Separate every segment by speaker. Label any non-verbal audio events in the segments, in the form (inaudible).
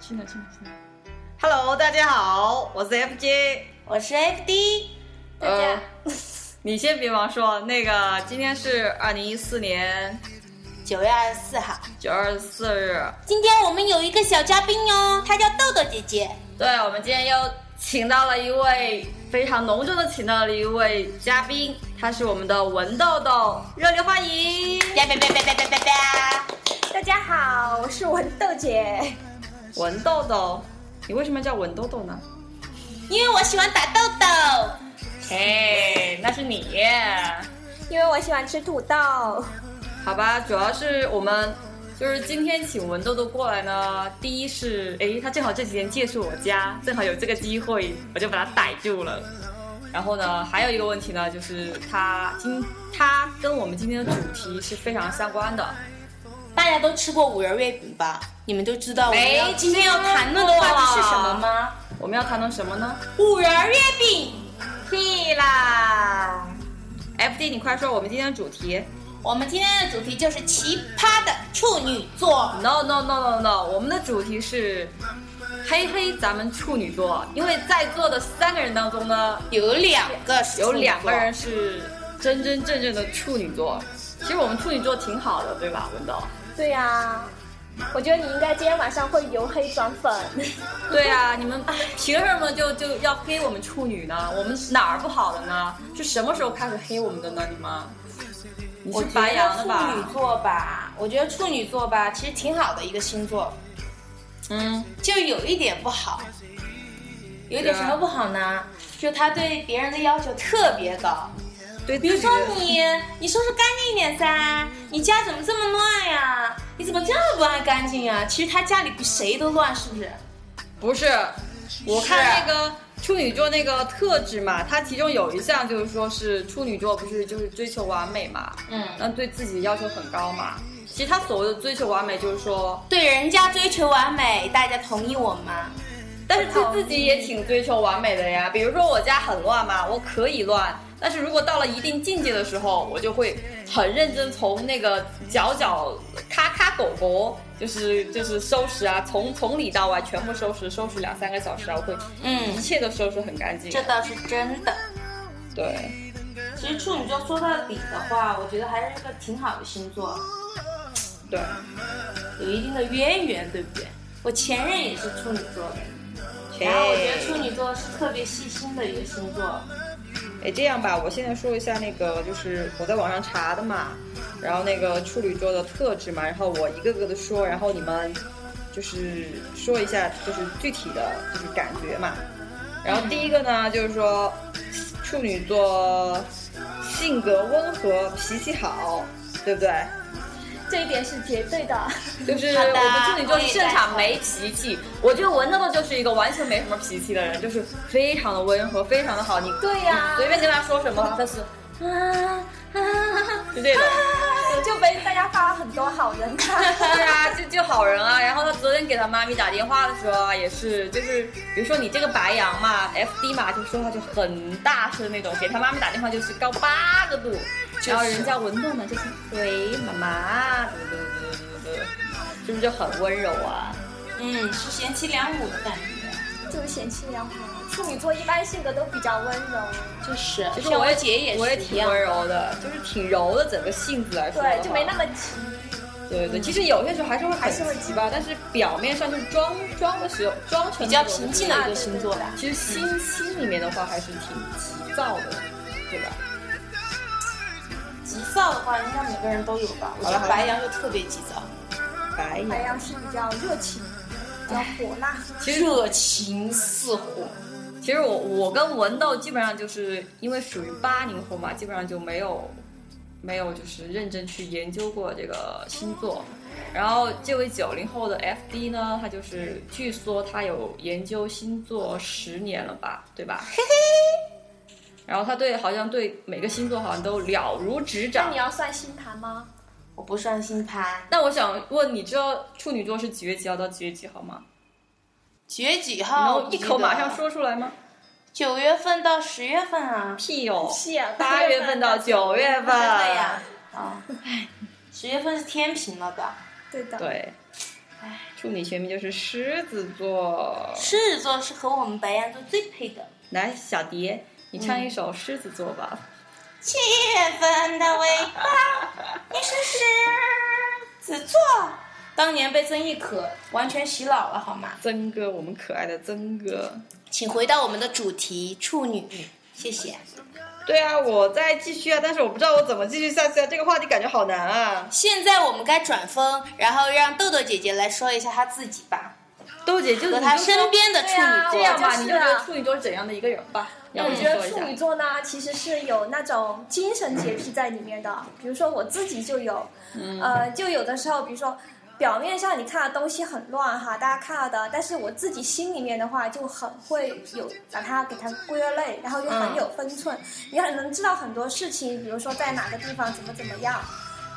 Speaker 1: 新的新的新的。
Speaker 2: Hello，大家好，我是 FJ。
Speaker 3: 我是 FD，大家、
Speaker 2: 呃你先别忙说，那个今天是二零一四年
Speaker 3: 九月二十四号，
Speaker 2: 九月二十四日，
Speaker 3: 今天我们有一个小嘉宾哦，她叫豆豆姐姐，
Speaker 2: 对我们今天又请到了一位非常隆重的请到了一位嘉宾，他是我们的文豆豆，热烈欢迎！
Speaker 3: 呀呀呀呀呀呀呀！
Speaker 4: 大家好，我是文豆姐。
Speaker 2: 文豆豆，你为什么叫文豆豆呢？
Speaker 3: 因为我喜欢打豆豆，
Speaker 2: 嘿，那是你。
Speaker 4: 因为我喜欢吃土豆，
Speaker 2: 好吧，主要是我们就是今天请文豆豆过来呢，第一是诶，他正好这几天借住我家，正好有这个机会，我就把他逮住了。然后呢，还有一个问题呢，就是他今他跟我们今天的主题是非常相关的。
Speaker 3: 大家都吃过五仁月饼吧？你们都知道我们
Speaker 2: 没
Speaker 3: 要今天要谈论的话题是什么吗？
Speaker 2: 我们要谈论什么呢
Speaker 3: 五仁月饼，
Speaker 2: 屁啦！FD，你快说我们今天的主题。
Speaker 3: 我们今天的主题就是奇葩的处女座。
Speaker 2: No no no no no，我们的主题是嘿嘿，咱们处女座，因为在座的三个人当中呢，
Speaker 3: 有两个是
Speaker 2: 有
Speaker 3: 处女座
Speaker 2: 两个人，是真真正正的处女座。其实我们处女座挺好的，对吧，文导？
Speaker 4: 对呀、我觉得你应该今天晚上会由黑转粉。
Speaker 2: 对啊，你们哎凭什么就就要黑我们处女呢？我们哪儿不好了呢？是什么时候开始黑我们的呢？你们？你
Speaker 3: 我
Speaker 2: 是
Speaker 3: 觉
Speaker 2: 白羊
Speaker 3: 得
Speaker 2: 的
Speaker 3: 处女
Speaker 2: 吧？
Speaker 3: 座吧，我觉得处女座吧，其实挺好的一个星座，
Speaker 2: 嗯，
Speaker 3: 就有一点不好，有一点
Speaker 2: 是
Speaker 3: 什
Speaker 2: 啊
Speaker 3: 么不好呢？就他对别人的要求特别高。
Speaker 2: 对，
Speaker 3: 比如说你，你收拾干净一点噻，你家怎么这么乱呀？你怎么这么不爱干净呀？其实他家里比谁都乱，是不是？
Speaker 2: 不是，我看那个处女座那个特质嘛，它其中有一项就是说是处女座不是就是追求完美嘛，
Speaker 3: 嗯，
Speaker 2: 那对自己要求很高嘛。其实他所谓的追求完美，就是说，
Speaker 3: 对人家追求完美，大家同意我吗？
Speaker 2: 但是对自己也挺追求完美的呀。比如说我家很乱嘛，我可以乱，但是如果到了一定境界的时候，我就会很认真从那个角角咔咔狗狗，就是就是收拾啊，从从里到外全部收拾，收拾两三个小时啊，我会一
Speaker 3: 嗯，
Speaker 2: 切都收拾很干净。啊
Speaker 3: 这倒是真的。
Speaker 2: 对。
Speaker 3: 其实处女座说到底的话，我觉得还是个挺好的星座，
Speaker 2: 对，
Speaker 3: 有一定的渊源，对不对？我前任也是处女座的，然后我觉得处女座是特别细心的一个星座。
Speaker 2: 哎，这样吧，我现在说一下那个，就是我在网上查的嘛，然后那个处女座的特质嘛，然后我一个个的说，然后你们就是说一下，就是具体的就是感觉嘛。然后第一个呢，就是说处女座性格温和，脾气好，对不对？
Speaker 4: 这一点是绝对
Speaker 3: (laughs)
Speaker 4: 的。
Speaker 2: 就是
Speaker 3: 好的
Speaker 2: 我们处女座
Speaker 3: 我也
Speaker 2: 是
Speaker 3: 在
Speaker 2: 正常没脾气，我觉得文豆豆就是一个完全没什么脾气的人，就是非常的温和，非常的好，你
Speaker 4: 对呀、
Speaker 2: 随便跟他说什么，他是
Speaker 4: 啊啊
Speaker 2: 就
Speaker 3: (laughs)
Speaker 2: 这种。
Speaker 4: 就被大家发了很多好人卡。
Speaker 2: 对啊，就就好人啊。然后他昨天给他妈咪打电话的时候啊，也是，就是比如说你这个白羊嘛，FD 嘛，就说话就很大声那种，给他妈咪打电话就是高八个度，然后人家文栋呢就是喂妈妈，嘟嘟嘟嘟嘟，是不是就很温柔啊？
Speaker 3: 嗯，是贤妻良母的感觉。
Speaker 4: 就是贤妻良母，处女座一般性格都比较温柔。
Speaker 3: 就是，
Speaker 2: 其实
Speaker 3: 像
Speaker 2: 我也
Speaker 3: 姐也
Speaker 2: 我也
Speaker 3: 是一
Speaker 2: 挺
Speaker 3: 样
Speaker 2: 温柔的，就是挺柔的，整个性子来说的话，
Speaker 4: 对，就没那么急。
Speaker 2: 对对对。其实有些时候还是会还
Speaker 4: 是会
Speaker 2: 急吧，但是表面上就是装装的时候，装
Speaker 3: 比
Speaker 2: 成
Speaker 3: 较
Speaker 2: 那种
Speaker 3: 平
Speaker 2: 就是
Speaker 3: 静的一个星座吧。
Speaker 2: 其实心心里面的话还是挺急躁的，对吧？
Speaker 3: 急躁的话，应该每个人都有吧。我觉
Speaker 2: 好了好
Speaker 3: 得
Speaker 2: 了
Speaker 3: 白羊就特别急躁，
Speaker 2: 白
Speaker 4: 白
Speaker 2: 羊，
Speaker 4: 羊是比较热情，比较火辣。
Speaker 2: 其实
Speaker 3: 热情似火。
Speaker 2: 其实我我跟文豆基本上就是因为属于八零后嘛，基本上就没有没有就是认真去研究过这个星座。然后这位九零后的 FD 呢，他就是据说他有研究星座十年了吧，对吧？嘿嘿。然后他对好像对每个星座好像都了如指
Speaker 4: 那
Speaker 2: 掌
Speaker 4: 你。要算星盘吗？
Speaker 3: 我不算星盘，
Speaker 2: 那我想问，你知道处女座是几月几号到几月几号吗？
Speaker 3: 几月几
Speaker 2: 然
Speaker 3: 号？
Speaker 2: 后一口马上。说出来吗？
Speaker 3: 九月份到十月份啊。
Speaker 2: 屁哟、
Speaker 4: 是啊
Speaker 2: 八月份到九月份，
Speaker 3: 哎真的呀。啊，十月份是天平了的。
Speaker 4: 对的。
Speaker 2: 对，祝你全名就是狮子座。
Speaker 3: 狮子座是和我们白羊座最配的。
Speaker 2: 来，小蝶，你唱一首《狮子座》吧。
Speaker 3: 七月份的尾巴，你是狮子座，当年被曾轶可完全洗脑了，好吗？
Speaker 2: 曾哥，我们可爱的曾哥。
Speaker 3: 请回到我们的主题，处女，谢嗯谢。
Speaker 2: 对啊，我在继续啊，但是我不知道我怎么继续下去啊，这个话题感觉好难啊。
Speaker 3: 现在我们该转风，然后让豆豆姐姐来说一下她自己吧，
Speaker 2: 豆姐就
Speaker 3: 和她
Speaker 2: 你就说
Speaker 3: 身边的处女
Speaker 2: 这
Speaker 3: 座。
Speaker 2: 样吧，
Speaker 4: 就是啊
Speaker 2: 你就觉得处女座是怎样的一个人吧？然后
Speaker 4: 我
Speaker 2: 你
Speaker 4: 觉
Speaker 2: 嗯说
Speaker 4: 得
Speaker 2: 一
Speaker 4: 处女
Speaker 2: 下。
Speaker 4: 座呢，其实是有那种精神洁癖在里面的。比如说我自己就有，呃，就有的时候，比如说表面上你看的东西很乱哈，大家看到的，但是我自己心里面的话就很会有把它给它归类，然后又很有分寸，你很能知道很多事情，比如说在哪个地方怎么怎么样，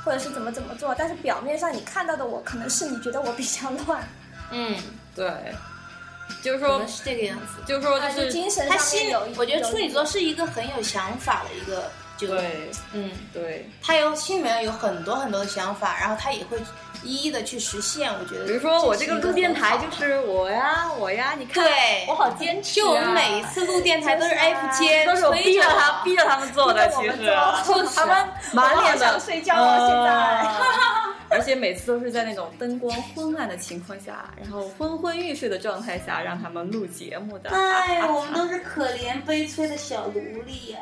Speaker 4: 或者是怎么怎么做。但是表面上你看到的我，可能是你觉得我比较乱，
Speaker 3: 嗯，
Speaker 2: 对，就是
Speaker 3: 我
Speaker 2: 说
Speaker 3: 们，是这个样子。
Speaker 2: 就是说，
Speaker 4: 啊，
Speaker 2: 就是
Speaker 4: 精神
Speaker 3: 她
Speaker 4: 上面
Speaker 3: 心，
Speaker 4: 有一，
Speaker 3: 我觉得
Speaker 4: 有一
Speaker 3: 处女座是一个很有想法的一个，就
Speaker 2: 对
Speaker 3: 嗯，
Speaker 2: 对。
Speaker 3: 她有心里面有很多很多的想法，然后她也会一一的去实现。我觉得，
Speaker 2: 比如说我这个录电台就是是我呀，我呀，你看
Speaker 3: 对
Speaker 2: 我好坚持、啊。
Speaker 3: 就我们每一次录电台都是
Speaker 4: 就是啊
Speaker 3: F 接，
Speaker 2: 都是我逼着他逼
Speaker 3: 逼。
Speaker 2: 着他们做的，
Speaker 4: 逼着我
Speaker 2: 其
Speaker 4: 们
Speaker 2: 实
Speaker 4: 做
Speaker 2: 就是他们 (laughs)
Speaker 4: 我
Speaker 2: 满
Speaker 4: 好
Speaker 2: 脸的
Speaker 4: 想睡觉啊现在。
Speaker 2: 呃而且每次都是在那种灯光昏暗的情况下，然后昏昏欲睡的状态下，让他们录节目的。
Speaker 3: 哎，我们都是可怜悲催的小奴隶呀、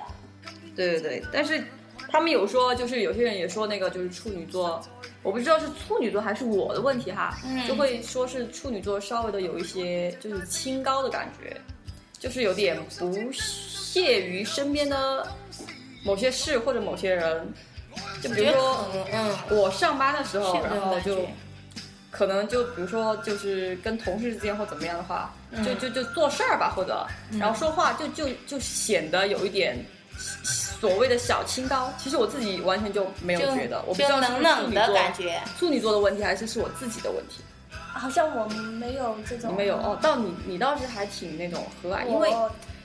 Speaker 2: 对对对，但是他们有说，就是有些人也说那个就是处女座，我不知道是处女座还是我的问题哈，
Speaker 3: 嗯
Speaker 2: 就会说是处女座稍微的有一些就是清高的感觉，就是有点不屑于身边的某些事或者某些人，就比
Speaker 3: 觉
Speaker 2: 如
Speaker 3: 得
Speaker 2: 说
Speaker 3: 可能，嗯，
Speaker 2: 我上班的时候，
Speaker 3: 是的
Speaker 2: 然后
Speaker 3: 感
Speaker 2: 就
Speaker 3: 觉
Speaker 2: 可能就比如说就是跟同事之间或怎么样的话，
Speaker 3: 嗯
Speaker 2: 就就就做事儿吧，或者然后说话就就就显得有一点所谓的小清高。其实我自己完全就没有
Speaker 3: 就
Speaker 2: 觉得，我不知
Speaker 3: 就
Speaker 2: 道是
Speaker 3: 冷
Speaker 2: 不是处
Speaker 3: 冷
Speaker 2: 女
Speaker 3: 的
Speaker 2: 座
Speaker 3: 感觉。
Speaker 2: 处女座的问题还是是我自己的问题，
Speaker 4: 好像我没有这种，
Speaker 2: 没有哦。到你你倒是还挺那种和蔼，
Speaker 4: 我
Speaker 2: 因为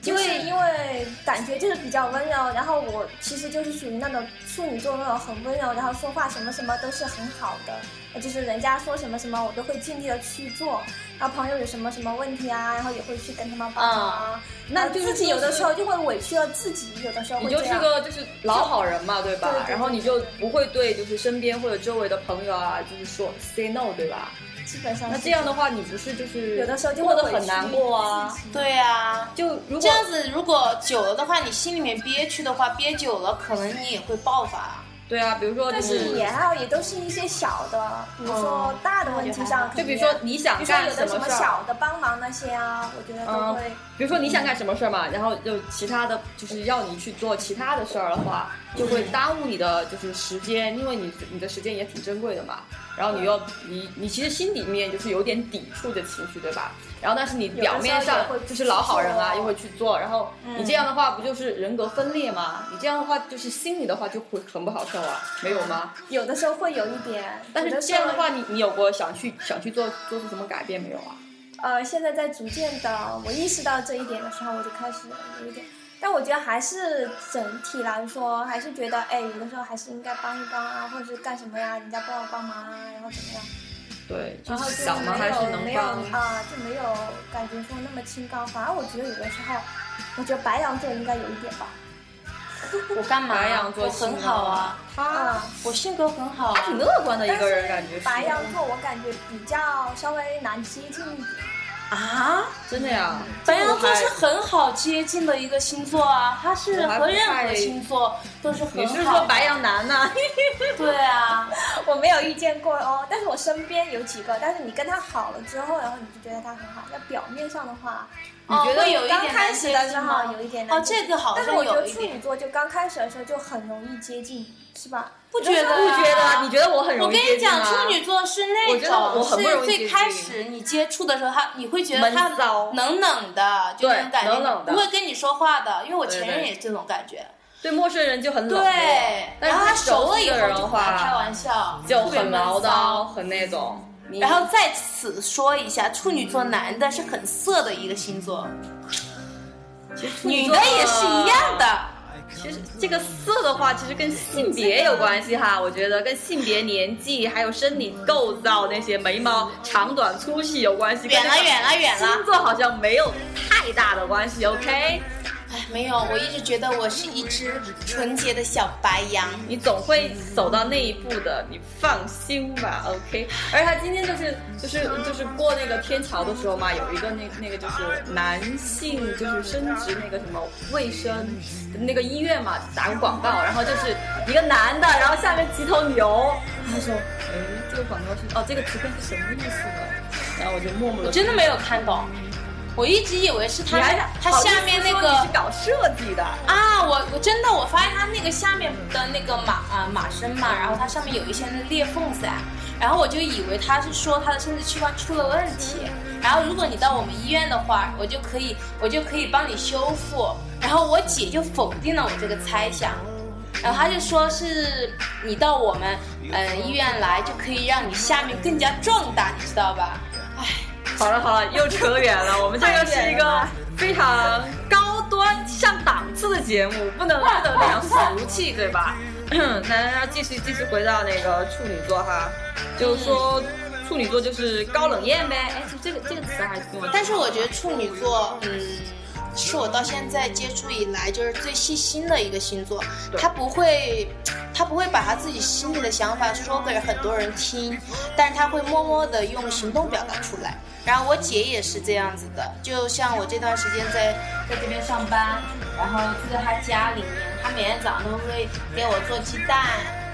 Speaker 4: 就是因为感觉就是比较温柔，然后我其实就是属于那种处女座那种很温柔，然后说话什么什么都是很好的，就是人家说什么什么我都会尽力的去做，然后朋友有什么什么问题啊，然后也会去跟他们帮忙啊。
Speaker 2: 那就是
Speaker 4: 自己有的
Speaker 2: 说
Speaker 4: 时候就会委屈了自己，有的时候
Speaker 2: 你
Speaker 4: 会
Speaker 2: 就
Speaker 4: 这
Speaker 2: 是
Speaker 4: 样。
Speaker 2: 个就是老好人嘛，对吧？
Speaker 4: 对对对
Speaker 2: 然后你就不会对就是身边或者周围的朋友啊，就是说 say no，对吧？
Speaker 4: 基本上
Speaker 2: 那
Speaker 4: 是
Speaker 2: 这样的话，你不是就是
Speaker 4: 有的时候就
Speaker 2: 过
Speaker 4: 会
Speaker 2: 得
Speaker 4: 委屈
Speaker 2: 很难过啊？
Speaker 3: 对呀、
Speaker 2: 就如
Speaker 3: 这
Speaker 2: 果
Speaker 3: 样子，如果久了的话，你心里面憋屈的话，憋久了，可能你也会爆发。
Speaker 2: 对啊，比如说就
Speaker 4: 但是也还好，也都是一些小的，比如说
Speaker 2: 哦
Speaker 3: 嗯
Speaker 4: 大的问题上可能
Speaker 2: 就
Speaker 4: 也，
Speaker 2: 比如说你想
Speaker 4: 比如说
Speaker 2: 干
Speaker 4: 有的什
Speaker 2: 么
Speaker 4: 么
Speaker 2: 事儿，
Speaker 4: 小的帮忙那些啊，我觉得都
Speaker 2: 嗯
Speaker 4: 会。，
Speaker 2: 比如说你想干什么事儿嘛，然后就其他的就是要你去做其他的事儿的话，就会耽误你的就是时间，因为你你的时间也挺珍贵的嘛。然后你又你你其实心里面就是有点抵触的情绪，对吧？然后但是你表面上就是老好人啊，又会去做，然后
Speaker 4: 嗯
Speaker 2: 你这样的话不就是人格分裂吗？你这样的话就是心里的话就会很不好受啊，没有吗？
Speaker 4: 有的时候会有一点，
Speaker 2: 但
Speaker 4: 有
Speaker 2: 是
Speaker 4: 时
Speaker 2: 这
Speaker 4: 候
Speaker 2: 样的话，，你你有过想去想去做做出什么改变没有啊？
Speaker 4: 呃，现在在逐渐的，我意识到这一点的时候，我就开始有一点，但我觉得还是整体来说，还是觉得，哎，有的时候还是应该帮一帮啊，或者是干什么呀，人家帮我帮忙啊，然后怎么样，
Speaker 2: 对，就
Speaker 4: 然后
Speaker 2: 是
Speaker 4: 就是
Speaker 2: 想嘛，
Speaker 4: 没
Speaker 2: 还
Speaker 4: 有
Speaker 2: 是能
Speaker 4: 没有
Speaker 2: 帮。
Speaker 4: 啊、就没有感觉说那么清高，反而我觉得有的时候，我觉得白羊座应该有一点吧，
Speaker 3: 我干嘛
Speaker 2: 白
Speaker 3: 呀？
Speaker 2: 羊座
Speaker 3: 我很好啊，
Speaker 2: 他
Speaker 4: 啊、
Speaker 3: 我性格很好、啊，
Speaker 2: 他挺乐观的一个人，
Speaker 4: 但
Speaker 2: 感
Speaker 4: 是
Speaker 2: 觉是
Speaker 4: 白羊座我感觉比较稍微难接近一点，
Speaker 3: 啊。
Speaker 2: 真的呀。
Speaker 3: 白羊座是很好接近的一个星座啊，它是和任何星座都是
Speaker 2: 你
Speaker 3: 很好。
Speaker 2: 是说白？羊男呐？
Speaker 3: 对啊，
Speaker 4: 我没有遇见过哦，但是我身边有几个，但是你跟他好了之后，然后你就觉得他很好。那表面上的话，
Speaker 2: 你觉得
Speaker 3: 哦会有一点
Speaker 4: 刚开始的时
Speaker 3: 难接近
Speaker 4: 候
Speaker 3: 吗
Speaker 4: 有一点难
Speaker 3: 哦，
Speaker 4: 接近
Speaker 3: 这个好
Speaker 4: 但是
Speaker 3: 像
Speaker 4: 我觉
Speaker 3: 有
Speaker 4: 得
Speaker 3: 一
Speaker 4: 处
Speaker 3: 点，
Speaker 4: 女座就刚开始的时候就很容易接近，是吧？
Speaker 3: 不觉得、啊？
Speaker 2: 不觉得？你觉得我很
Speaker 3: 我
Speaker 2: 容易
Speaker 3: 跟
Speaker 2: 接
Speaker 3: 你
Speaker 2: 近吗？啊
Speaker 3: 讲，处女座是那
Speaker 2: 我觉得我
Speaker 3: 种
Speaker 2: 很不容
Speaker 3: 是
Speaker 2: 易
Speaker 3: 最
Speaker 2: 接
Speaker 3: 开
Speaker 2: 近
Speaker 3: 始你接触的时候，他你会觉得
Speaker 2: 闷
Speaker 3: 他
Speaker 2: 骚
Speaker 3: 冷冷的，就那种
Speaker 2: 对
Speaker 3: 感觉，
Speaker 2: 冷冷的
Speaker 3: 不会跟你说话的。因为我
Speaker 2: 对
Speaker 3: 前任
Speaker 2: 对
Speaker 3: 也是这种感觉，
Speaker 2: 对陌生人就很冷漠
Speaker 3: 对。
Speaker 2: 但
Speaker 3: 然
Speaker 2: 是
Speaker 3: 后他
Speaker 2: 熟
Speaker 3: 熟了
Speaker 2: 悉
Speaker 3: 以
Speaker 2: 的
Speaker 3: 后
Speaker 2: 人
Speaker 3: 就
Speaker 2: 的
Speaker 3: 不敢开
Speaker 2: 话，
Speaker 3: 玩笑，
Speaker 2: 就
Speaker 3: 特别
Speaker 2: 很
Speaker 3: 闷
Speaker 2: 唠
Speaker 3: 骚
Speaker 2: 叨，很那种。你
Speaker 3: 然后在此说一下，处女座男的是很色的一个星座，
Speaker 2: 其实处
Speaker 3: 女
Speaker 2: 女
Speaker 3: 的
Speaker 2: 座
Speaker 3: 也是一样的。
Speaker 2: 其实这个色的话，其实跟性别有关系哈，我觉得跟性别、年纪还有生理构造那些眉毛长短粗细有关系。
Speaker 3: 远了，远了，远了。
Speaker 2: 星座好像没有太大的关系。OK，
Speaker 3: 哎，没有，我一直觉得我是一只纯洁的小白羊。
Speaker 2: 你总会走到那一步的，你放心吧。OK，而他今天就是就是就是过那个天桥的时候嘛，有一个那那个就是男性就是生殖那个什么卫生那个医院嘛打个广告，然后就是一个男的，然后下面几头牛，他说，哎，这个广告是哦，这个图片是什么意思呢？然后我就默默的，
Speaker 3: 真的没有看懂，我一直以为是
Speaker 2: 你
Speaker 3: 他
Speaker 2: 还
Speaker 3: 他
Speaker 2: 好意思
Speaker 3: 下面那
Speaker 2: 说
Speaker 3: 个
Speaker 2: 你是搞设计的。
Speaker 3: 啊，我我真的我发现它那个下面的那个马啊、马身嘛，然后它上面有一些裂缝噻，然后我就以为他是说他的生殖器官出了问题，然后如果你到我们医院的话，我就可以我就可以帮你修复，然后我姐就否定了我这个猜想。然后她就说是你到我们呃医院来就可以让你下面更加壮大，你知道吧？
Speaker 2: 好了好了，又扯远了。我们这个是一
Speaker 3: (laughs)
Speaker 2: 个非常高端上档次的节目，不能不能聊俗气，对吧？ (clears throat) 那要继续继续回到那个处女座哈，就是说处女座就是高冷艳呗。哎，这个这个词还挺有。
Speaker 3: 但是我觉得处女座，嗯，是我到现在接触以来就是最细心的一个星座。
Speaker 2: 对
Speaker 3: 他不会，他不会把他自己心里的想法说给很多人听，但是他会默默的用行动表达出来。然后我姐也是这样子的，就像我这段时间在在这边上班，然后住在她家里面，她每天早上都会给我做鸡蛋，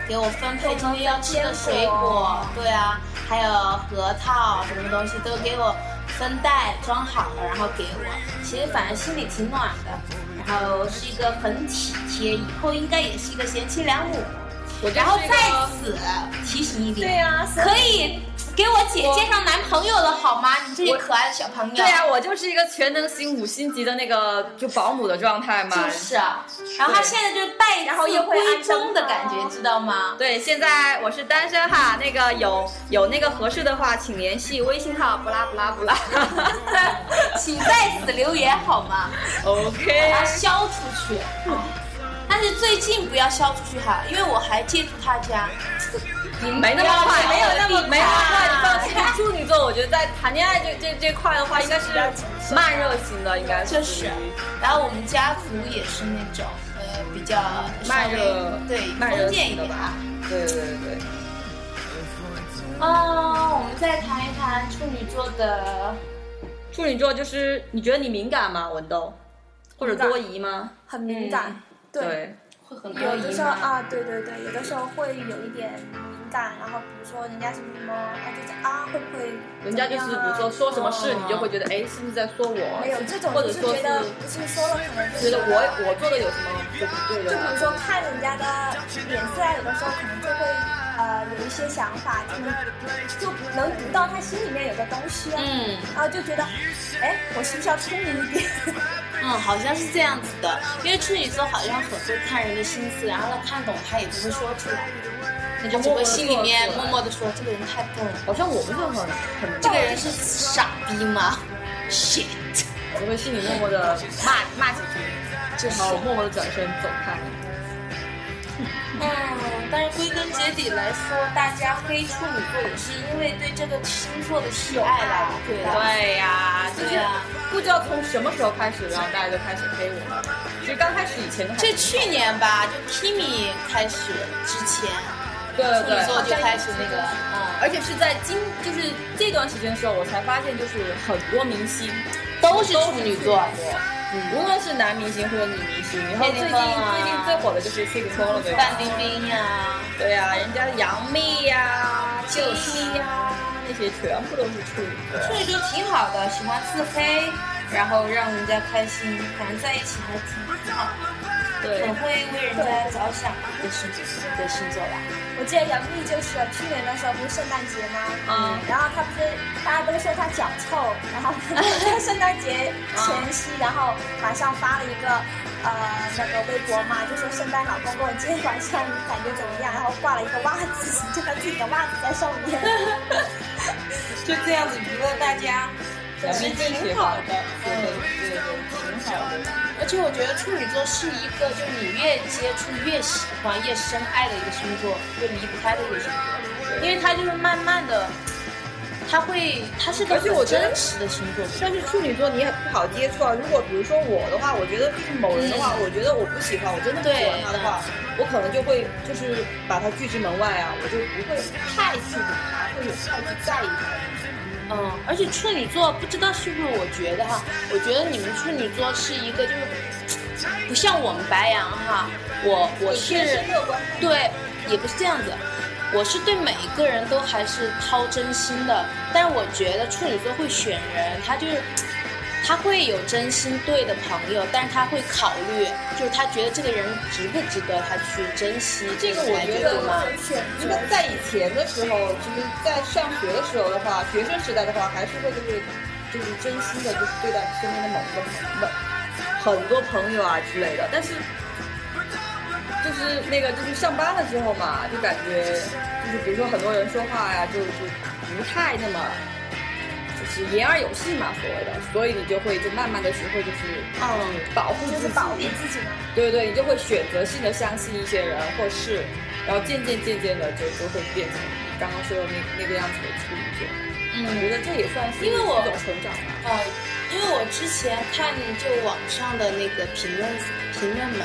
Speaker 3: 给我分配今天要吃的水果，对啊，还有核桃什么东西都给我分袋装好了，然后给我。其实反正心里挺暖的，然后是一个很体贴，以后应该也是一个贤妻良母。
Speaker 2: 我
Speaker 3: 然后
Speaker 2: 嗯就是一个
Speaker 3: 在此提醒一点，
Speaker 4: 对呀、所以
Speaker 3: 可以给我姐介绍男朋友了好吗？你这些可爱的小朋友。
Speaker 2: 对呀、
Speaker 4: 啊
Speaker 2: 我就是一个全能型五星级的那个就保姆的状态嘛。
Speaker 3: 就是啊，然后他现在就是带，然
Speaker 4: 后又会
Speaker 3: 归
Speaker 4: 按照
Speaker 3: 宗的感觉，知道
Speaker 2: (laughs)
Speaker 3: 吗？
Speaker 2: 对，现在我是单身哈，那个有有那个合适的话，请联系微信号不拉不拉不拉。 (laughs)
Speaker 3: 请在此留言好吗？把
Speaker 2: OK，
Speaker 3: 它消出去。但是最近不要消出去哈，因为我还借住他家。
Speaker 2: 你没那么快，
Speaker 3: 没有那么快
Speaker 2: 没那么快。你放心，处女座，我觉得在谈恋爱这这这块的话，应该是慢热型的，应该
Speaker 3: 就是是，然后我们家族也是那种呃比较稍
Speaker 2: 慢
Speaker 3: 微
Speaker 2: 热
Speaker 3: 对
Speaker 2: 慢热
Speaker 3: 封建一
Speaker 2: 型的
Speaker 3: 点
Speaker 2: 吧
Speaker 3: 啊。
Speaker 2: 对对对对。
Speaker 3: 啊，我们再谈一谈处女座的
Speaker 2: 处女座就是，你觉得你敏感吗？文豆，或者多疑吗？
Speaker 4: 很敏感，
Speaker 3: 嗯
Speaker 4: 对，
Speaker 3: 会很多
Speaker 4: 有的
Speaker 3: 疑
Speaker 4: 时候
Speaker 3: 吗？
Speaker 4: 啊，对对对，有的时候会有一点敏感，然后比如说人家什么什么，他就讲啊，会不会
Speaker 2: 人家就是，比如说说什么事，
Speaker 3: 嗯
Speaker 2: 你就会觉得，哎，是不是在说
Speaker 4: 啊没有
Speaker 2: 我？
Speaker 4: 这种，
Speaker 2: 或者
Speaker 4: 就是
Speaker 2: 说
Speaker 4: 觉得
Speaker 2: 是
Speaker 4: 不是说了可能就
Speaker 2: 觉
Speaker 4: 是
Speaker 2: 得我我做的有什么就不对
Speaker 4: 就
Speaker 2: 的
Speaker 4: 比如
Speaker 2: 啊？
Speaker 4: 说看人家的脸色啊，有的时候可能就会呃有一些想法，就能就能读到他心里面有个东西，啊
Speaker 3: 嗯。
Speaker 4: 然后就觉得，哎，我是不是要聪明一点？ (laughs)
Speaker 3: 嗯，好像是这样子的，因为处女座好像很会看人的心思，然后他看懂他也不会说出来，
Speaker 2: 你
Speaker 3: 他只会心里面默
Speaker 2: 默
Speaker 3: 默的说这个人太笨了，
Speaker 2: 好像我们就很很
Speaker 3: 这个人是傻逼吗？shit，
Speaker 2: 我会心里默默的骂骂几句，
Speaker 3: 就是
Speaker 2: 然后默默的转身走开。
Speaker 3: 嗯，
Speaker 2: 哦
Speaker 3: 但是归根结底来说，大家黑处女座也是因为对这个星座的喜爱啦，对啊的，
Speaker 2: 对呀、就
Speaker 3: 对
Speaker 2: 是
Speaker 3: 呀
Speaker 2: 不知道从什么时候开始，然后大家就开始黑我了。其实刚开始以前都还
Speaker 3: 这去年吧，就 Kimi 开始之前，
Speaker 2: 对
Speaker 3: 处
Speaker 2: 对
Speaker 3: 女座就
Speaker 2: 对，
Speaker 3: 开始那个，嗯，
Speaker 2: 而且是在今就是这段时间的时候，我才发现就是很多明星
Speaker 3: 都是处女座。
Speaker 2: 嗯无论是男明星或者女明星，然后最
Speaker 3: 谢霆
Speaker 2: 近
Speaker 3: 锋啊
Speaker 2: 最近最火的就是 Six p o 了，对
Speaker 3: 范
Speaker 2: 吧？
Speaker 3: 冰冰呀，
Speaker 2: 对呀、人家杨幂呀、就是呀那些全部都是处女座。
Speaker 3: 处女座挺好的，喜欢自黑，然后让人家开心，反正在一起还挺挺好的，
Speaker 2: 对
Speaker 3: 很会为人家着想的一个星座的星座吧。
Speaker 4: 我记得杨幂就是去年的时候不是圣诞节吗？
Speaker 2: 嗯
Speaker 4: 然后她不是大家都说她脚臭，然后她在圣诞节前夕，然后马上发了一个呃那个微博嘛，就说圣诞老公公今天晚上你感觉怎么样？然后挂了一个袜子，就她自己的袜子在上面。
Speaker 3: 就这样子娱乐大家，
Speaker 5: 咱们一起
Speaker 3: 挺
Speaker 5: 吧
Speaker 3: 好的
Speaker 5: 对对对对，挺好的。
Speaker 3: 而且我觉得处女座是一个，就你越接触越喜欢越深爱的一个星座，越离不开的一个星座，因为它就是慢慢的，它会，它是个
Speaker 2: 而且我
Speaker 3: 很
Speaker 2: 觉得
Speaker 3: 真实的星座。
Speaker 2: 但是处女座你也不好接触啊。如果比如说我的话，我觉得就是某人的话，
Speaker 3: 嗯
Speaker 2: 我觉得我不喜欢，我真的不喜欢他的话，我可能就会就是把他拒之门外啊，我就不会太去理他，或者太去在意他。
Speaker 3: 嗯，而且处女座不知道是不是，我觉得哈，我觉得你们处女座是一个就是不像我们白羊哈，我我是
Speaker 2: 乐观，
Speaker 3: 对，也不是这样子。我是对每一个人都还是掏真心的，但是我觉得处女座会选人，他就是他会有真心对的朋友，但是他会考虑，就是他觉得这个人值不值得他去珍惜。
Speaker 2: 这个我
Speaker 3: 才
Speaker 2: 觉
Speaker 3: 对
Speaker 2: 得
Speaker 3: 吗？
Speaker 4: 选
Speaker 2: 因为在以前的时候，其实，在上学的时候的话，学生时代的话，还是会就是就是真心的，就是对待身边的某一个朋友、很多朋友啊之类的。但是就是那个就是上班了之后嘛，就感觉就是比如说很多人说话呀，就就不太那么。就是言而有信嘛，所谓的，所以你就会就慢慢的学会就是，
Speaker 3: 嗯，
Speaker 2: 保护
Speaker 4: 啊就
Speaker 2: 自
Speaker 4: 是
Speaker 2: 己，
Speaker 4: 保护自己嘛。
Speaker 2: 对对，你就会选择性的相信一些人或事，然后渐渐渐渐的就就会变成你刚刚说的那那个样子的处女座。我
Speaker 3: 嗯，
Speaker 2: 觉得这也算是
Speaker 3: 因为我
Speaker 2: 一种成长吧。
Speaker 3: 呃，因为我之前看就网上的那个评论评论嘛，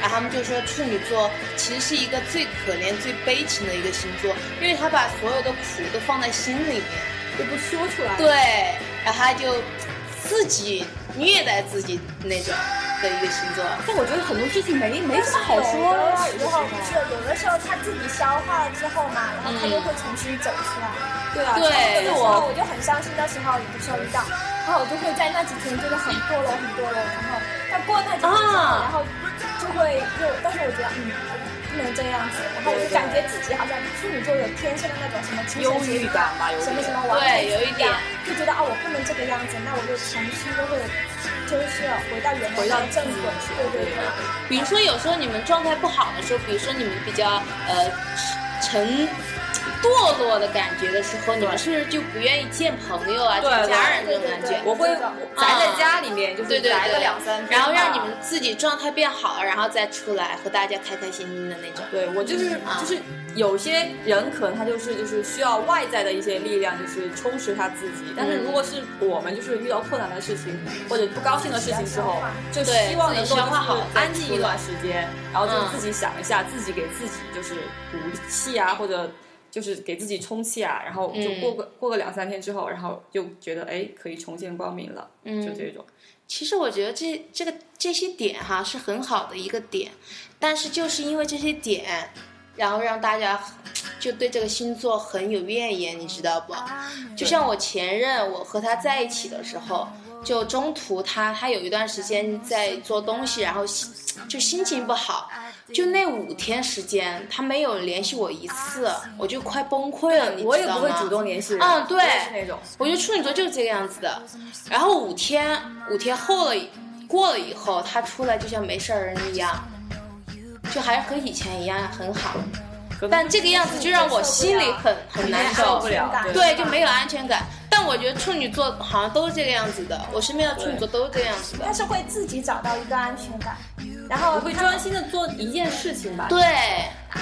Speaker 3: 然后他们就说处女座其实是一个最可怜、最悲情的一个星座，因为他把所有的苦都放在心里面。
Speaker 2: 就不说出来，
Speaker 3: 对，然后他就自己虐待自己那种的一个星座。
Speaker 2: 但我觉得很多事情没没什么好
Speaker 4: 有
Speaker 2: 说的
Speaker 4: 的
Speaker 2: 呀，有
Speaker 4: 时
Speaker 2: 的时候
Speaker 4: 候不是，有的时候他自己消化了之后嘛，然后他就会重新走出来。
Speaker 2: 对啊，
Speaker 3: 对
Speaker 4: 那时候我就很伤心，那时候也不是遇到，然后我就会在那几天就是很堕落，很堕落，然后但过那几天之后，
Speaker 3: 啊
Speaker 4: 然后就会又，但是我觉得嗯。不能这样子，然后我就感觉自己好像处女座有天生的那种什么精
Speaker 2: 忧
Speaker 4: 神疾
Speaker 2: 郁
Speaker 4: 病
Speaker 2: 感吧，有
Speaker 4: 什么什
Speaker 2: 点。
Speaker 4: 么完美
Speaker 3: 对有一
Speaker 4: 主义
Speaker 3: 点
Speaker 4: 啊，就觉得哦，我不能这个样子，那我就重新就会就是回到原来
Speaker 2: 回到
Speaker 4: 的正轨，对对对。
Speaker 3: 比如说有时候你们状态不好的时候，比如说你们比较呃沉堕落的感觉的时候，你们是不是就不愿意见朋友啊、见
Speaker 2: 对对
Speaker 3: 家人这种
Speaker 4: 对对
Speaker 3: 感
Speaker 4: 对
Speaker 3: 觉？
Speaker 2: 我会
Speaker 4: 啊
Speaker 2: 宅在家里面，就是
Speaker 3: 对对
Speaker 2: 宅个
Speaker 3: 对
Speaker 2: 两三天
Speaker 3: 然
Speaker 2: 吧，
Speaker 3: 后让你们自己状态变好，然后再出来和大家开开心心的那种。
Speaker 2: 对我就是
Speaker 3: 啊
Speaker 2: 就是有些人可能他就是就是需要外在的一些力量，就是充实他自己。
Speaker 3: 嗯
Speaker 2: 但是如果是我们就是遇到困难的事情或者不高兴的事情之后，就
Speaker 3: 对
Speaker 2: 希望能
Speaker 3: 自
Speaker 2: 够
Speaker 3: 己消化好
Speaker 2: 就是安静一段时间，然后
Speaker 3: 嗯
Speaker 2: 就自己想一下，自己给自己就是补气啊，或者就是给自己充气啊，然后就
Speaker 3: 嗯
Speaker 2: 过个、过个两三天之后，然后就觉得哎可以重见光明了，
Speaker 3: 嗯
Speaker 2: 就这种。
Speaker 3: 其实我觉得这这个这些点哈是很好的一个点，但是就是因为这些点，然后让大家就对这个星座很有怨言，你知道不？
Speaker 2: 啊
Speaker 3: 就像我前任，我和他在一起的时候，就中途他他有一段时间在做东西，然后心就心情不好，
Speaker 2: 啊
Speaker 3: 就那五天时间他没有联系我一次，我就快崩溃了，你知道吗？
Speaker 2: 我也不会主动联系人，
Speaker 3: 嗯对
Speaker 2: 我也是那种。
Speaker 3: 我觉得处女座就是这个样子的。然后五天，五天后了，过了以后，他出来就像没事儿人一样，就还是和以前一样很好。
Speaker 2: 可能
Speaker 3: 但这个样子就让我心里很很难受，
Speaker 2: 不了对
Speaker 3: 对，就没有安全感。但我觉得处女座好像都是这个样子的，我身边的处女座都是这个样子的
Speaker 4: 但。是会自己找到一个安全感，然后
Speaker 2: 我会专心的做一件事情吧，
Speaker 3: 对，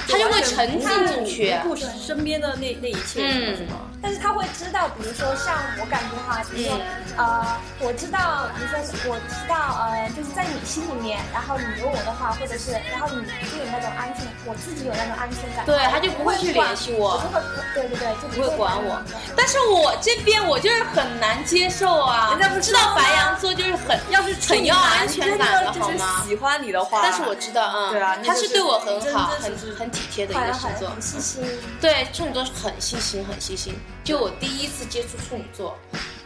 Speaker 3: 他就会沉浸进去。嗯
Speaker 2: 不顾身边的那那一切什么什么。
Speaker 4: 但是他会知道，比如说像我感觉哈，比如说、
Speaker 3: 嗯
Speaker 4: 呃，我知道，比如说我知道呃，就是在你心里面，然后你有我的话，或者是然后你就有那种安全，我自己有那种安全感，
Speaker 3: 对他就不会去
Speaker 4: 管
Speaker 3: 联系我
Speaker 4: 就会不对对对，就
Speaker 3: 不会
Speaker 4: 会
Speaker 3: 管我，但是我这边我就是很难接受啊！
Speaker 2: 人家不
Speaker 3: 知
Speaker 2: 知
Speaker 3: 道
Speaker 2: 道吗
Speaker 3: 白羊座就是很要是很要安全感的
Speaker 2: 真就
Speaker 3: 好
Speaker 2: 是
Speaker 3: 吗？
Speaker 2: 喜欢你的话，
Speaker 3: 但是我知道，嗯，
Speaker 2: 对啊
Speaker 3: 他是对我很好，
Speaker 2: 真
Speaker 3: 很
Speaker 2: 真是
Speaker 3: 很体贴的一
Speaker 4: 好
Speaker 3: 个
Speaker 4: 像
Speaker 3: 星
Speaker 4: 很
Speaker 3: 座。
Speaker 4: 很细心，
Speaker 3: 对，处女座是很细心，很细心。就我第一次接触处女座，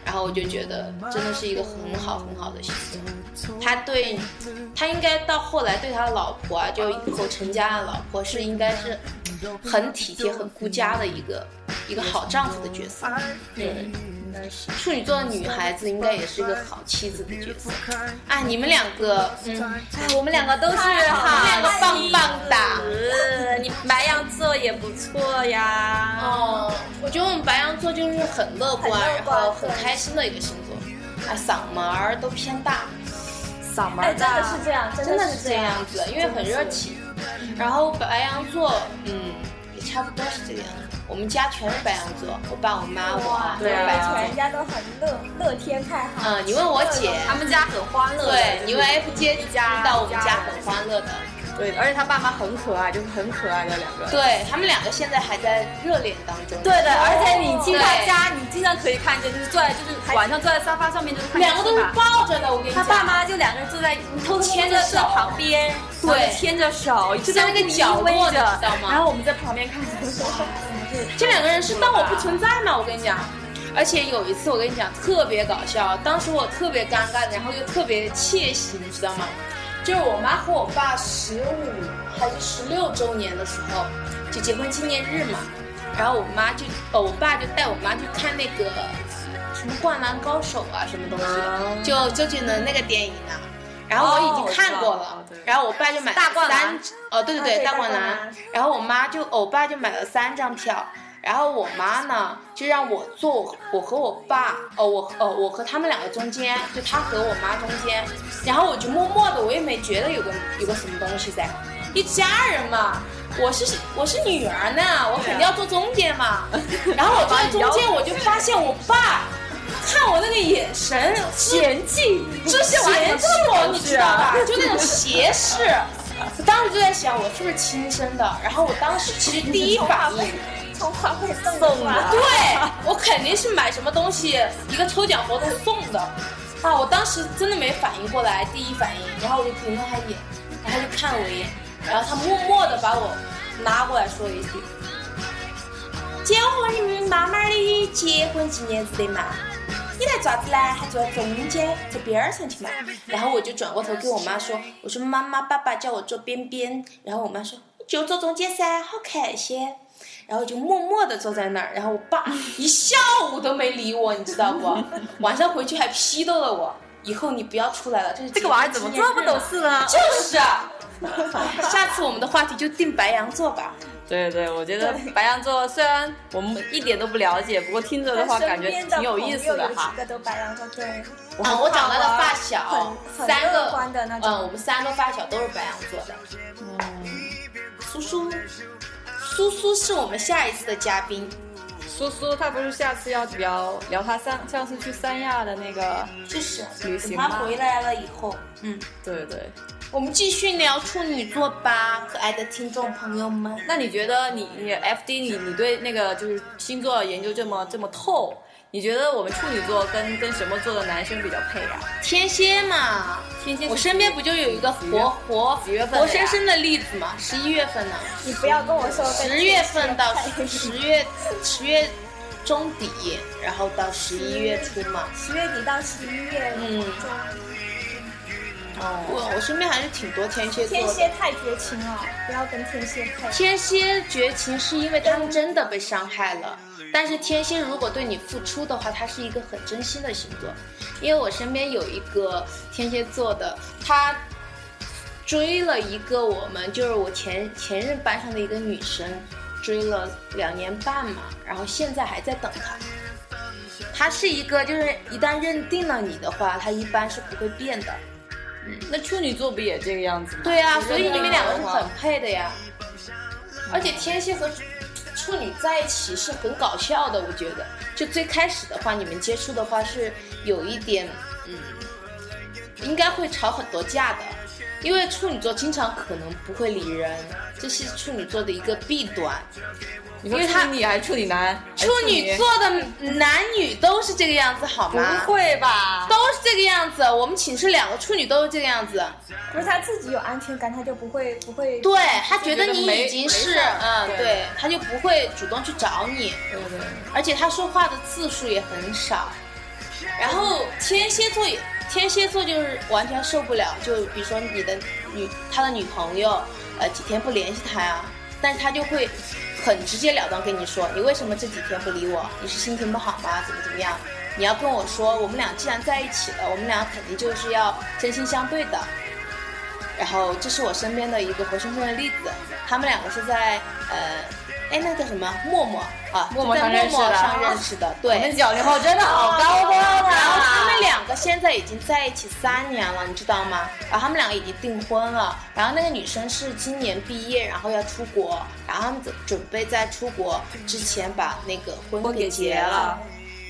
Speaker 3: 然后我就觉得真的是一个很好很好的星座。他对，他应该到后来对他老婆啊，就以后成家的老婆是应该是很体贴、很顾家的一个一个好丈夫的角色。嗯，
Speaker 2: 应该是。
Speaker 3: 处女座的女孩子应该也是一个好妻子的角色。啊，你们两个，嗯，哎，我们两个都是好，两个棒棒哒。
Speaker 2: 呃，你白羊座也不错呀。
Speaker 3: 哦，我觉得我们白羊座就是很乐观，
Speaker 4: 很乐
Speaker 3: 然
Speaker 4: 观
Speaker 3: 后很开心的一个星座，啊，嗓门儿都偏大，
Speaker 2: 嗓门
Speaker 4: 哎，
Speaker 2: 儿
Speaker 4: 真的
Speaker 2: 大，
Speaker 4: 是这样，真
Speaker 3: 真的
Speaker 4: 的
Speaker 3: 是
Speaker 4: 是
Speaker 3: 这
Speaker 4: 这样。
Speaker 3: 样子，因为很热情。然后白羊座，嗯，也差不多是这个样子。我们家全是白羊座，我爸、我妈、我
Speaker 4: 哇，
Speaker 3: 都是
Speaker 2: 对啊
Speaker 3: 白羊
Speaker 4: 全
Speaker 3: 座。
Speaker 4: 家都很乐乐天派哈。
Speaker 3: 嗯，你问我姐，
Speaker 2: 他们家很欢乐的。
Speaker 3: 对，你问 F 街就知道我们
Speaker 2: 一
Speaker 3: 家
Speaker 2: 家
Speaker 3: 很欢乐的。
Speaker 2: 对，而且他爸妈很可爱，就是很可爱的两个。
Speaker 3: 对他们两个现在还在热恋当中。
Speaker 2: 对的，而且你进他
Speaker 3: 对
Speaker 2: 家，你经常可以看见，就是坐在就是晚上坐在沙发上面，就是看
Speaker 3: 两个都
Speaker 2: 电视
Speaker 3: 是
Speaker 2: 吧
Speaker 3: 抱着的，我跟你
Speaker 2: 他
Speaker 3: 讲。
Speaker 2: 爸妈就两个人坐在偷偷
Speaker 3: 牵
Speaker 2: 牵
Speaker 3: 着
Speaker 2: 着
Speaker 3: 手
Speaker 2: 在旁边，
Speaker 3: 对
Speaker 2: 然后牵着手，就
Speaker 3: 在那个角落
Speaker 2: 依偎
Speaker 3: 的
Speaker 2: 着
Speaker 3: 知道吗
Speaker 2: 然后我们在旁边看着，
Speaker 3: 这两个人是当我不存在吗？我跟你讲。而且有一次，我跟你讲，特别搞笑。当时我特别尴尬，然后又特别窃喜，你知道吗？就是我妈和我爸十五还是十六周年的时候，就结婚纪念日嘛。然后我妈就，呃，我爸就带我妈去看那个什么《灌篮高手》啊，什么东西的，就周杰伦那个电影啊。然后我已经看过了
Speaker 2: 哦我知道哦，对
Speaker 3: 然后我爸就买了
Speaker 2: 大灌篮
Speaker 3: 三张，哦，对对
Speaker 4: 啊
Speaker 3: 对，
Speaker 4: 对
Speaker 3: 大
Speaker 4: 大
Speaker 3: 灌
Speaker 4: 灌
Speaker 3: 篮
Speaker 4: 篮。
Speaker 3: 然后我妈就，我爸就买了三张票，然后我妈呢就让我坐我和我爸，哦我哦我和他们两个中间，就他和我妈中间，然后我就默默的，我也没觉得有个有个什么东西在，一家人嘛。我是我是女儿呢，我肯定要坐中间嘛。然后我坐在中间，我就发现我爸看我那个眼神嫌弃，这是嫌弃我，你知道吧？就那种斜视。我当时就在想，我是不是亲生的？然后我当时其实第一反应，
Speaker 4: 从花卉送的花，
Speaker 3: 对我肯定是买什么东西，一个抽奖活动送的。啊，我当时真的没反应过来，第一反应，然后我就平了他一眼，然后他就看我一眼，然后他默默的把我拉过来说了一句：“结婚你们慢慢的结婚纪念日的嘛。”你来爪子嘞？还坐中间，坐边儿上去嘛。然后我就转过头跟我妈说：“我说妈妈，爸爸叫我坐边边。”然后我妈说：“你就坐中间噻，好看一些。”然后就默默的坐在那儿，然后我爸一下午都没理我，你知道不？ (laughs) 晚上回去还批斗了我，以后你不要出来了。这是
Speaker 2: 这个娃儿怎么这么懂事呢？
Speaker 3: 就是啊， (laughs) 下次我们的话题就定白羊座吧。
Speaker 2: 对对，我觉得白羊座虽然我们一点都不了解，不过听着的话感觉挺有意思的
Speaker 4: 有
Speaker 2: 哈
Speaker 4: 几。个都白羊座，对，
Speaker 3: 啊，我长大的发小
Speaker 4: 很
Speaker 3: 三
Speaker 4: 很
Speaker 3: 个
Speaker 4: 乐观的那种
Speaker 3: 嗯，我们三个发小都是白羊座的。苏苏，苏苏是我们下一次的嘉宾。
Speaker 2: 苏苏他不是下次要聊聊他上上次去三亚的那个？
Speaker 3: 就是
Speaker 2: 旅行
Speaker 3: 等他
Speaker 2: 吧
Speaker 3: 回来了以后，嗯，
Speaker 2: 对对。
Speaker 3: 我们继续聊处女座吧，可爱的听众朋友们。
Speaker 2: 那你觉得你你 F D 你你对那个就是星座研究这么这么透，你觉得我们处女座跟跟什么座的男生比较配呀、
Speaker 3: 天蝎嘛，
Speaker 2: 天蝎是
Speaker 3: 我身边不就有一个活活
Speaker 2: 几月份的呀
Speaker 3: 活生生的例子嘛？十一月份呢，
Speaker 4: 你不要跟我说跟
Speaker 3: 十月份到十月十月中底，然后到十一月初嘛。
Speaker 4: (laughs) 十月底到十一月
Speaker 3: 嗯
Speaker 4: 中，
Speaker 3: 我我身边还是挺多天蝎座
Speaker 4: 天
Speaker 3: 的。
Speaker 4: 蝎太绝情了，不要跟天蝎太。
Speaker 3: 天蝎绝情是因为他们真的被伤害了，但是天蝎如果对你付出的话，他是一个很真心的星座。因为我身边有一个天蝎座的，他追了一个我们就是我前前任班上的一个女生，追了两年半嘛，然后现在还在等他。他是一个就是一旦认定了你的话，他一般是不会变的。
Speaker 2: 那处女座不也这个样子吗？
Speaker 3: 对啊，
Speaker 2: 觉得
Speaker 3: 所以你们两个是
Speaker 2: 呢
Speaker 3: 很配的呀。而且天蝎和处女在一起是很搞笑的，我觉得。就最开始的话，你们接触的话是有一点，嗯，应该会吵很多架的，因为处女座经常可能不会理人，这是处女座的一个弊端。
Speaker 2: 你说
Speaker 3: 因为他
Speaker 2: 处女还是处女男？还是
Speaker 3: 处女座的男女都是这个样子，好
Speaker 2: 不
Speaker 3: 吗？
Speaker 2: 会吧？
Speaker 3: 都是这个样子，我们寝室两个处女都是这个样子。
Speaker 4: 不是他自己有安全感，他就不会不会。
Speaker 3: 对他觉
Speaker 2: 觉
Speaker 3: 得
Speaker 2: 得
Speaker 3: 你
Speaker 2: 没
Speaker 3: 已经
Speaker 2: 没
Speaker 3: 是，
Speaker 2: 事儿
Speaker 3: 嗯，
Speaker 2: 对
Speaker 3: 对，他就不会主动去找你，
Speaker 2: 对对对
Speaker 3: 而且他说话的次数也很少。然后天蝎座也，天蝎座就是完全受不了，就比如说你的女他的女朋友，呃，几天不联系他呀，但是他就会很直截了当跟你说，你为什么这几天不理我？你是心情不好吗？怎么怎么样？你要跟我说，我们俩既然在一起了，我们俩肯定就是要真心相对的。然后这是我身边的一个活生生的例子，他们两个是在呃，哎，那叫什么陌陌啊，
Speaker 2: 陌陌
Speaker 3: 就在
Speaker 2: 上认识
Speaker 3: 陌陌
Speaker 2: 的
Speaker 3: 上认识的，
Speaker 2: 我
Speaker 3: 对，哦
Speaker 2: 们九零后真的好高端
Speaker 3: 然后他们
Speaker 2: 啊！
Speaker 3: 两个现在已经在一起三年了，你知道吗？然后他们两个已经订婚了。然后那个女生是今年毕业，然后要出国，然后他们准准备在出国之前把那个婚
Speaker 2: 婚给
Speaker 3: 给结
Speaker 2: 结了
Speaker 3: 了。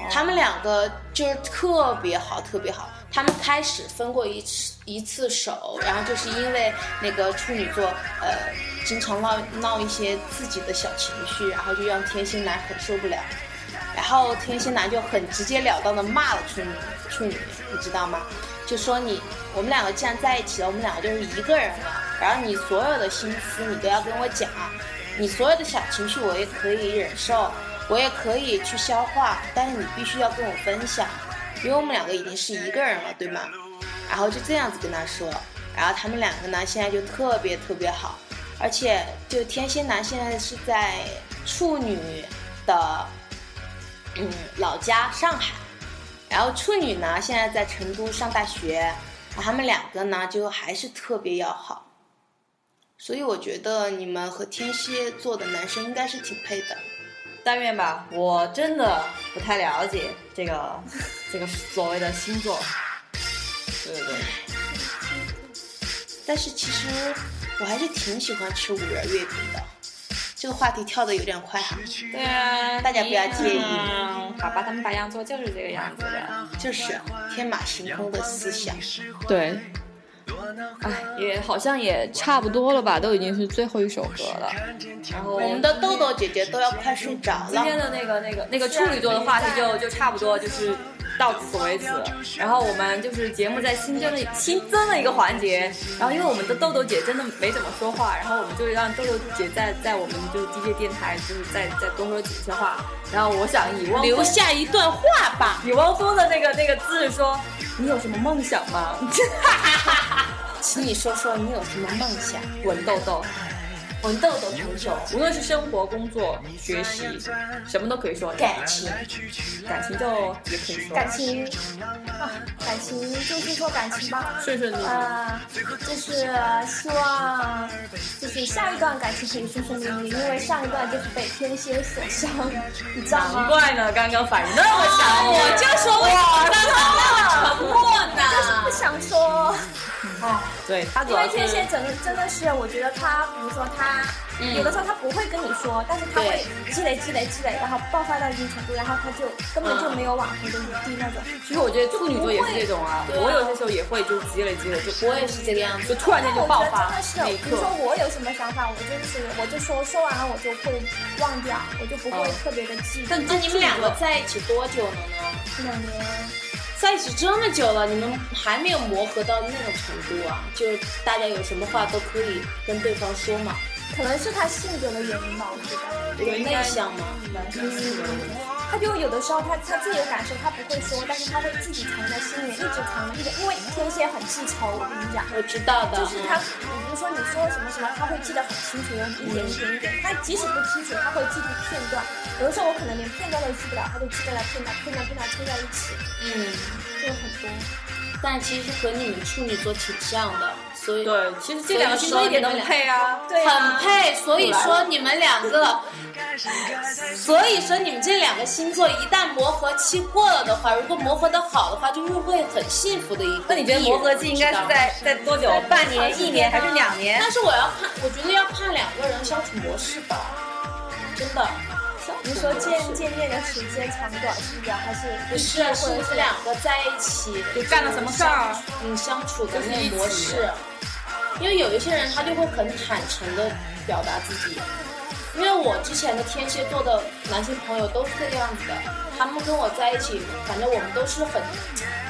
Speaker 3: 他们两个就是特别好，特别好。他们开始分过一次一次手，然后就是因为那个处女座，呃，经常闹闹一些自己的小情绪，然后就让天蝎男很受不了。然后天蝎男就很直截了当的骂了处女处女，你知道吗？就说你我们两个既然在一起了，我们两个就是一个人了，然后你所有的心思你都要跟我讲，啊你所有的小情绪我也可以忍受，我也可以去消化，但是你必须要跟我分享，因为我们两个已经是一个人了，对吗？然后就这样子跟他说，然后他们两个呢现在就特别特别好，而且就天蝎男现在是在处女的嗯老家上海，然后处女呢现在在成都上大学，然后他们两个呢就还是特别要好，所以我觉得你们和天蝎座的男生应该是挺配的。
Speaker 2: 但愿吧，我真的不太了解这
Speaker 3: (laughs)
Speaker 2: 个这个所谓的星座。对对对，
Speaker 3: 但是其实我还是挺喜欢吃五仁月饼的。这个话题跳的有点快哈，
Speaker 2: 对啊，
Speaker 3: 大家不要介意
Speaker 2: 嗯爸爸他们白羊座就是这个样子的。
Speaker 3: 就是天马行空的思想。
Speaker 2: 对，哎，也好像也差不多了吧，都已经是最后一首歌了。然后
Speaker 3: 我们的豆豆姐姐都要快睡着
Speaker 2: 今天
Speaker 3: 了，
Speaker 2: 的那个那个那个处女座的话题就就差不多就是到此为止。然后我们就是节目在新增了新增了一个环节，然后因为我们的豆豆姐真的没怎么说话，然后我们就让豆豆姐在在我们就是 DJ 电台就是再再多说几句话。然后我想以汪峰
Speaker 3: 留下一段话吧。
Speaker 2: 以汪峰的那个那个字说：“你有什么梦想吗？” (laughs)
Speaker 3: 请你说说你有什么梦想？
Speaker 2: 文豆豆，
Speaker 3: 我豆豆同学，
Speaker 2: 无论是生活、工作、学习，什么都可以说。
Speaker 3: 感情，
Speaker 2: 感情就也可以说，
Speaker 4: 感情啊，感情就是说感情吧。
Speaker 2: 顺顺利利。
Speaker 4: 呃，就是希望，就是下一段感情可以顺顺利利，因为上一段就是被天蝎所伤，你知道
Speaker 2: 难
Speaker 4: 吗？
Speaker 2: 怪呢，刚刚反应那么强，我就说为
Speaker 4: 啊
Speaker 2: 沉默
Speaker 4: 就是不
Speaker 2: 呢。
Speaker 4: 想说，
Speaker 2: 对他啊主
Speaker 4: 因
Speaker 2: 要
Speaker 4: 为
Speaker 2: 是
Speaker 4: 天蝎整个真的是，我觉得他，比如说他，
Speaker 2: 嗯
Speaker 4: 有的时候他不会跟你说，但是他会积累积累积累，然后爆发到一定程度，然后他就根本就没有挽回的余地那种。
Speaker 2: 其实我觉得处女座也是这种啊，我有些时候也会就积累积累，就
Speaker 3: 我也是这个样子。
Speaker 2: 就突然
Speaker 4: 但
Speaker 2: 间就
Speaker 4: 我觉
Speaker 2: 爆
Speaker 4: 得
Speaker 2: 发
Speaker 4: 真的是
Speaker 2: 那一，
Speaker 4: 比如
Speaker 2: 刻
Speaker 4: 说。我有什么想法，我就是我就说说完了，我就会忘掉，我就不会
Speaker 2: 嗯
Speaker 4: 特别的记。
Speaker 2: 但
Speaker 3: 那你们两个在一起多久了呢？
Speaker 4: 两年，
Speaker 3: 在一起这么久了，你们还没有磨合到那种程度啊？就是大家有什么话都可以跟对方说嘛，
Speaker 4: 可能是他性格的原因吧，我觉得。
Speaker 3: 有内向吗？
Speaker 4: 他就有的时候他他自己有感受，他不会说，但是他会自己藏在心里面，一直藏，一直因为天蝎很记仇，我跟你讲。
Speaker 3: 我知道的，
Speaker 4: 就是他，比如说你说什么什么，他会记得很清楚，一点一点一点。他即使不清楚，他会记住片段。有的时候我可能连片段都记不了，他就记得了片段，片段片段凑在一起，
Speaker 3: 嗯，
Speaker 4: 就很多。
Speaker 3: 但其实和你们处女座挺像的，所以
Speaker 2: 对，啊其实这两个星座一点都不配啊。
Speaker 4: 对
Speaker 3: 很
Speaker 4: 啊，
Speaker 3: 配，所以说你们两个，所以说你们这两个星座一旦磨合期过了的话，如果磨合的好的话，就是会很幸福的一个。
Speaker 2: 那你觉得磨合期应该是在？在多久？半年、一年还是两年？
Speaker 3: 但是我要看，我觉得要看两个人相处模式吧，真的
Speaker 4: 你说见见面的时间长短是的，还是
Speaker 3: 不是
Speaker 4: 或者
Speaker 3: 是你们两个在一起
Speaker 2: 就干了什么事儿啊
Speaker 3: 嗯相处的
Speaker 2: 就是一
Speaker 3: 那
Speaker 2: 起
Speaker 3: 模式，因为有一些人他就会很坦诚的表达自己，因为我之前的天蝎座的男性朋友都是这个样子的，他们跟我在一起，反正我们都是很，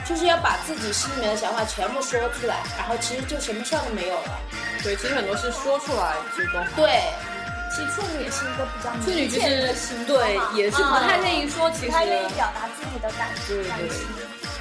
Speaker 3: 就是要把自己心里面的想法全部说出来，然后其实就什么事儿都没有了。
Speaker 2: 对，其实很多事说出来就都好。
Speaker 3: 对，
Speaker 4: 其实处女也是一个比较
Speaker 2: 处女就
Speaker 4: 明显
Speaker 2: 是
Speaker 4: 的星座
Speaker 2: 对
Speaker 4: 嘛，
Speaker 2: 也是不太愿意说，其实
Speaker 4: 不太愿意表达自己的感
Speaker 2: 对对
Speaker 4: 感情。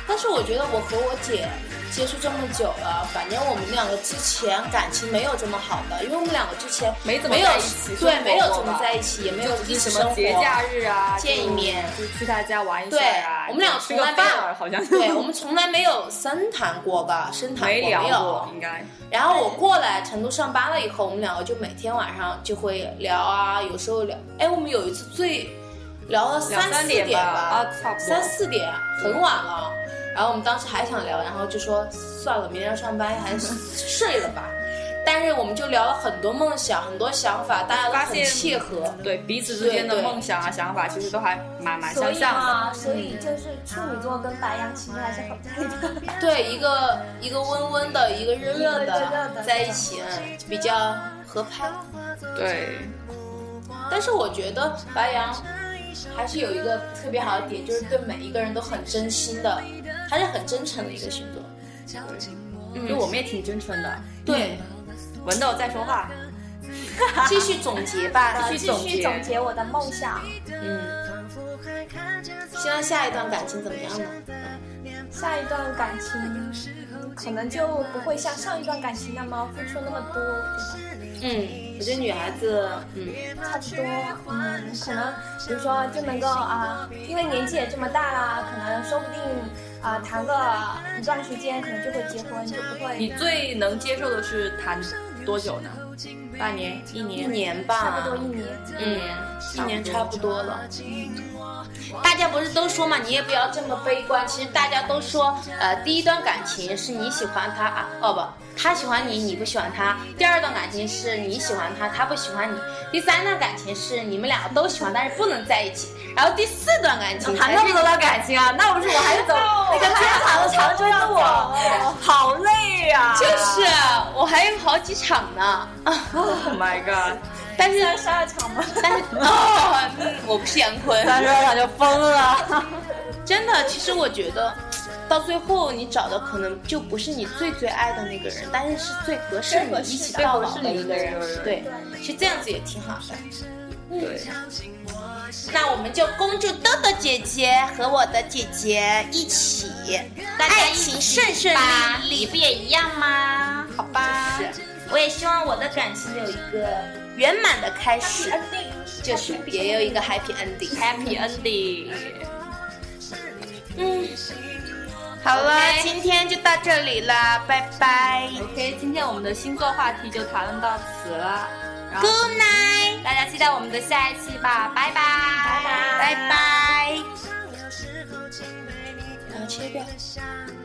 Speaker 3: 但是我觉得我和我姐接触这么久了，反正我们两个之前感情没有这么好的，因为我们两个之前
Speaker 2: 没怎么
Speaker 3: 没有
Speaker 2: 在一起生活
Speaker 3: 对，没有
Speaker 2: 过
Speaker 3: 怎么
Speaker 2: 吧
Speaker 3: 在一起，也没有
Speaker 2: 就
Speaker 3: 一起
Speaker 2: 是什
Speaker 3: 生
Speaker 2: 么
Speaker 3: 活。
Speaker 2: 节假日啊，就
Speaker 3: 见一面
Speaker 2: 就去他家玩一下
Speaker 3: 对
Speaker 2: 啊。
Speaker 3: 我们俩
Speaker 2: 吃
Speaker 3: 从
Speaker 2: 个
Speaker 3: 来没有
Speaker 2: 饭儿好像
Speaker 3: 对我们从来没有深谈过吧，深谈
Speaker 2: (laughs) 没
Speaker 3: 过
Speaker 2: 聊
Speaker 3: 没有
Speaker 2: 过，应该
Speaker 3: 然后我过来成都上班了以后，我们两个就每天晚上就会聊啊，有时候聊，哎，我们有一次最聊到
Speaker 2: 两
Speaker 3: 三
Speaker 2: 三
Speaker 3: 四点
Speaker 2: 吧，啊，差不多
Speaker 3: 三四点很晚了。然后我们当时还想聊，然后就说算了，明天要上班还是睡 (laughs) 了吧。但是我们就聊了很多梦想，很多想法，大家都
Speaker 2: 发
Speaker 3: 很
Speaker 2: 现
Speaker 3: 契合。
Speaker 2: 对彼此之间
Speaker 3: 对对
Speaker 2: 的梦想啊、想法，其实都还蛮蛮
Speaker 4: 所
Speaker 2: 相
Speaker 4: 以
Speaker 2: 像的。
Speaker 4: 嘛，所以就是处女座跟白羊其实还是很配的。
Speaker 3: 对，一个一个温温的，一个热热
Speaker 4: 一个热热
Speaker 3: 的，
Speaker 4: 的
Speaker 3: 在一起，嗯，比较合拍。
Speaker 2: 对，
Speaker 3: 但是我觉得白羊还是有一个特别好的点，就是对每一个人都很真心的，还是很真诚的一个星座。
Speaker 2: 因为我们也挺真诚的。嗯
Speaker 3: 对，
Speaker 2: 文豆在说话，
Speaker 3: 继续总结吧，
Speaker 4: 呃，
Speaker 2: 继
Speaker 3: 继
Speaker 2: 续
Speaker 3: 续。
Speaker 4: 继
Speaker 2: 总
Speaker 4: 续
Speaker 2: 结
Speaker 4: 总结我的梦想，
Speaker 3: 嗯，希望下一段感情怎么样呢？
Speaker 4: 下一段感情可能就不会像上一段感情那么付出那么多，对
Speaker 3: 嗯，我觉得女孩子，嗯，
Speaker 4: 吧差不多，嗯，可能比如说就能够啊、因为年纪也这么大啦，可能说不定啊、谈个一段时间，可能就会结婚，就不
Speaker 2: 你
Speaker 4: 会
Speaker 2: 最能接受的是谈多久呢？半年、一
Speaker 3: 一
Speaker 2: 年？
Speaker 3: 年
Speaker 4: 差
Speaker 3: 吧，
Speaker 4: 不多一年。
Speaker 3: 嗯，一年差不多了。大家不是都说嘛，你也不要这么悲观。其实大家都说，呃，第一段感情是你喜欢他啊，哦不，他喜欢你，你不喜欢他；第二段感情是你喜欢他，他不喜欢你；第三段感情是你们两个都喜欢，但是不能在一起；然后第四段感情才
Speaker 2: 谈那么多的感情啊，那不是我还是 (laughs) 走那个天长的长征的我， (laughs) 好累呀、
Speaker 3: 就是我还有好几场呢，
Speaker 2: (laughs) ，Oh my god，
Speaker 3: 但是
Speaker 4: 十二场吗？
Speaker 3: 但是哦，嗯我不是杨坤，
Speaker 2: 三十二场就疯了。
Speaker 3: 真的，其实我觉得，到最后你找的可能就不是你最最爱的那个人，但是是最合适你一起到老的一个人
Speaker 2: 最合适你。的
Speaker 3: 对，其实这样子也挺好的。
Speaker 2: 对，
Speaker 3: 那我们就恭祝豆豆姐姐和我的姐姐一起，爱情顺顺利利，你不也一样吗？好吧，我也希望我的感情有一个圆满的开始，就是也有一个 happy ending。
Speaker 2: happy ending。
Speaker 3: 好了今天就到这里了，拜拜
Speaker 2: OK，今天我们的星座话题就谈论到此了，然后
Speaker 3: ，Good night。
Speaker 2: 大家期待我们的下一期吧，拜拜，拜
Speaker 3: 拜拜。然后切掉。
Speaker 6: 想。